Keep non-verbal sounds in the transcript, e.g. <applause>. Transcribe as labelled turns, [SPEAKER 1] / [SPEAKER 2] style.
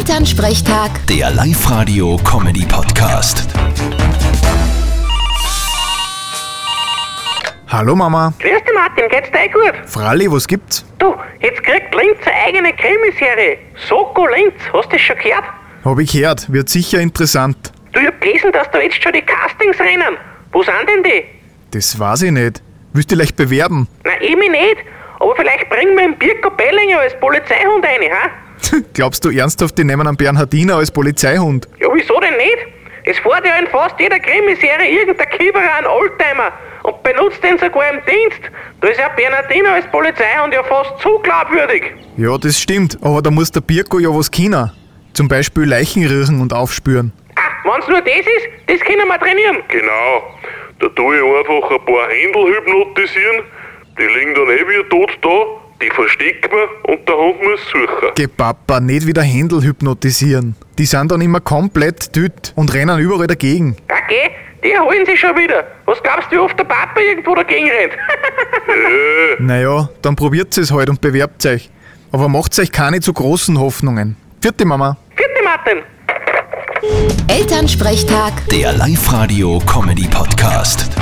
[SPEAKER 1] Elternsprechtag,
[SPEAKER 2] Der Live-Radio-Comedy-Podcast.
[SPEAKER 3] Hallo Mama.
[SPEAKER 4] Grüß dich, Martin, geht's dir eh gut?
[SPEAKER 3] Fralli, was gibt's?
[SPEAKER 4] Du, jetzt kriegt Linz eine eigene Krimiserie. Soko Linz, hast du das schon gehört?
[SPEAKER 3] Hab ich gehört, wird sicher interessant.
[SPEAKER 4] Du, ich hab gelesen, dass da jetzt schon die Castings rennen. Wo sind denn die?
[SPEAKER 3] Das weiß ich nicht. Willst du leicht bewerben? <laughs>
[SPEAKER 4] Na, ich mich nicht. Aber vielleicht bringen wir den Birko Bellinger als Polizeihund rein, ha?
[SPEAKER 3] Glaubst du ernsthaft, die nehmen einen Bernhardiner als Polizeihund?
[SPEAKER 4] Ja, wieso denn nicht? Es fährt ja in fast jeder Krimiserie irgendein Kieberer an Oldtimer und benutzt den sogar im Dienst. Da ist ja Bernardino als Polizeihund ja fast zu glaubwürdig.
[SPEAKER 3] Ja, das stimmt, aber da muss der Birko ja was können. Zum Beispiel Leichen riechen und aufspüren.
[SPEAKER 4] Ah, wenn's nur das ist, das können wir trainieren.
[SPEAKER 5] Genau. Da tue ich einfach ein paar Händel hypnotisieren, die liegen dann eh wieder tot da, die versteckt man und der Hund muss suchen.
[SPEAKER 3] Geh Papa, nicht wieder Händel hypnotisieren. Die sind dann immer komplett tüt und rennen überall dagegen.
[SPEAKER 4] Ja, geh, die erholen sich schon wieder. Was glaubst du, wie oft der Papa irgendwo dagegen rennt? <laughs>
[SPEAKER 3] Naja, dann probiert es halt und bewerbt euch. Aber macht euch keine zu großen Hoffnungen. Vierte Mama.
[SPEAKER 4] Vierte Martin.
[SPEAKER 1] Elternsprechtag.
[SPEAKER 2] Der Live-Radio-Comedy-Podcast.